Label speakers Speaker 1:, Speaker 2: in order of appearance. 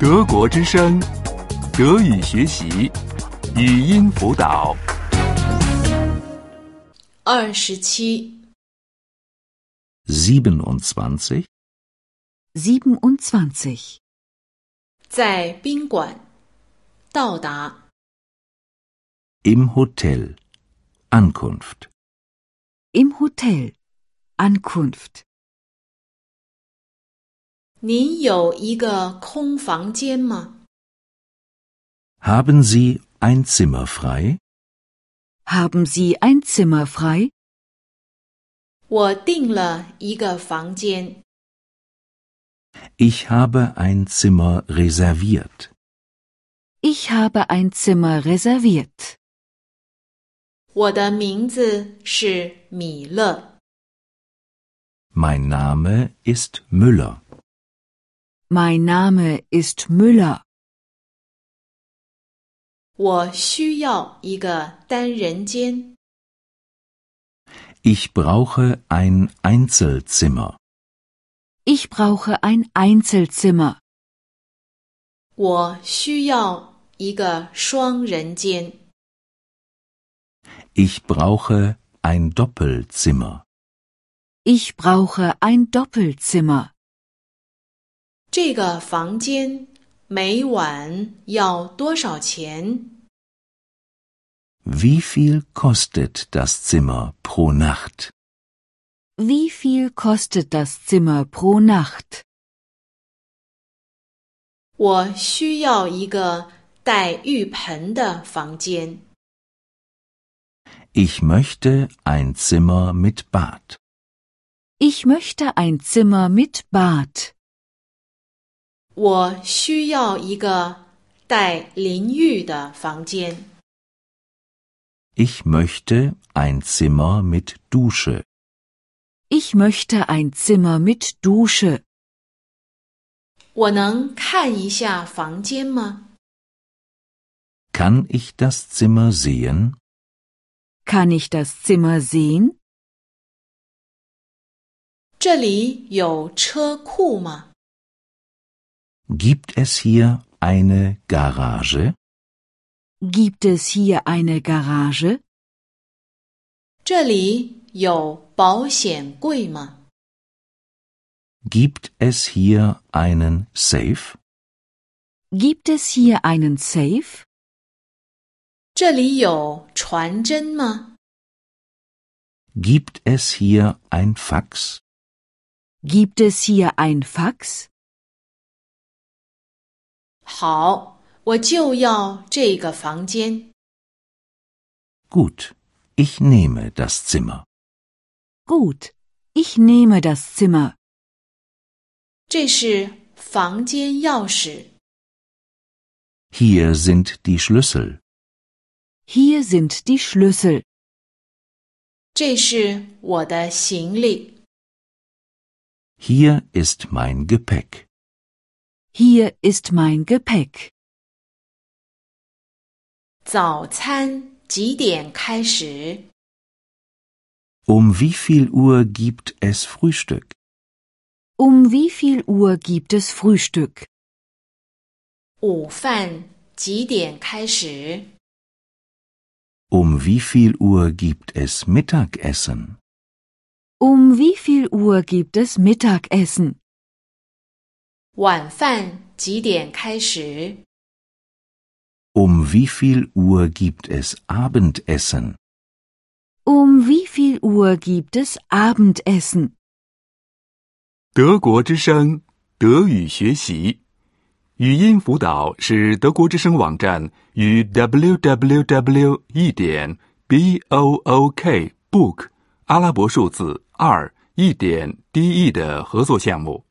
Speaker 1: 德国之声，德语学习，语音辅导。
Speaker 2: 二十七，
Speaker 3: 27.
Speaker 4: 27.
Speaker 2: 在宾馆到达
Speaker 3: Im Hotel. Ankunft.
Speaker 4: Im Hotel. Ankunft.
Speaker 2: 您有一个空房间吗？
Speaker 3: Haben Sie ein Zimmer frei?
Speaker 4: Haben Sie ein Zimmer frei?
Speaker 2: 我订了一个房间，
Speaker 3: Ich habe ein Zimmer reserviert.
Speaker 4: Ich habe ein Zimmer reserviert.
Speaker 2: 我的名字是米勒，
Speaker 3: Mein Name ist Müller.
Speaker 4: Mein Name ist Müller.
Speaker 2: 我需要一个单人间，
Speaker 3: Ich brauche ein Einzelzimmer.
Speaker 4: Ich brauche ein Einzelzimmer.
Speaker 2: 我需要一个双人间，
Speaker 3: Ich brauche ein Doppelzimmer.
Speaker 4: Ich brauche ein Doppelzimmer.
Speaker 2: 这个房间每晚要多少钱？
Speaker 3: Wie viel kostet das Zimmer pro Nacht?
Speaker 4: Wie viel kostet das Zimmer pro Nacht?
Speaker 2: 我需要一个带浴盆的房间。
Speaker 3: Ich möchte ein Zimmer mit Bad.
Speaker 4: Ich möchte ein Zimmer mit Bad.
Speaker 2: 我需要一个带淋浴的房间。
Speaker 3: Ich möchte ein Zimmer mit Dusche.
Speaker 4: Ich möchte ein Zimmer mit Dusche.
Speaker 2: 我能看一下房间吗？
Speaker 3: Kann ich das Zimmer sehen?
Speaker 4: Kann ich das Zimmer sehen?
Speaker 2: 这里有车库吗？
Speaker 3: Gibt es hier eine Garage?
Speaker 4: Gibt es hier eine Garage?
Speaker 2: 这里有保险柜吗？
Speaker 3: Gibt es hier einen Safe?
Speaker 4: Gibt es hier einen Safe?
Speaker 2: 这里有传真吗？
Speaker 3: Gibt es hier ein Fax?
Speaker 4: Gibt es hier ein Fax?
Speaker 2: 好，我就要这个房间。
Speaker 3: Gut, ich nehme das Zimmer.
Speaker 4: Gut, ich nehme das Zimmer.
Speaker 2: 这是房间钥匙。
Speaker 3: Hier sind die Schlüssel.
Speaker 4: Hier sind die Schlüssel.
Speaker 2: 这是我的行李，
Speaker 3: Hier ist mein Gepäck.
Speaker 4: Hier ist mein Gepäck.
Speaker 2: 早餐几点开始？
Speaker 3: Um wie viel Uhr gibt es Frühstück?
Speaker 4: Um wie viel Uhr gibt es Frühstück?
Speaker 2: 午饭几点开始？
Speaker 3: Um wie viel Uhr gibt es Mittagessen?
Speaker 4: Um wie viel Uhr gibt es Mittagessen?
Speaker 2: 晚饭几点开始？
Speaker 3: Um wie viel Uhr gibt es Abendessen?
Speaker 4: Um wie viel Uhr gibt es Abendessen?
Speaker 1: 德国之声，德语学习，语音辅导是德国之声网站与 www. 一点 b o o k book 阿拉伯数字二一点 d e 的合作项目。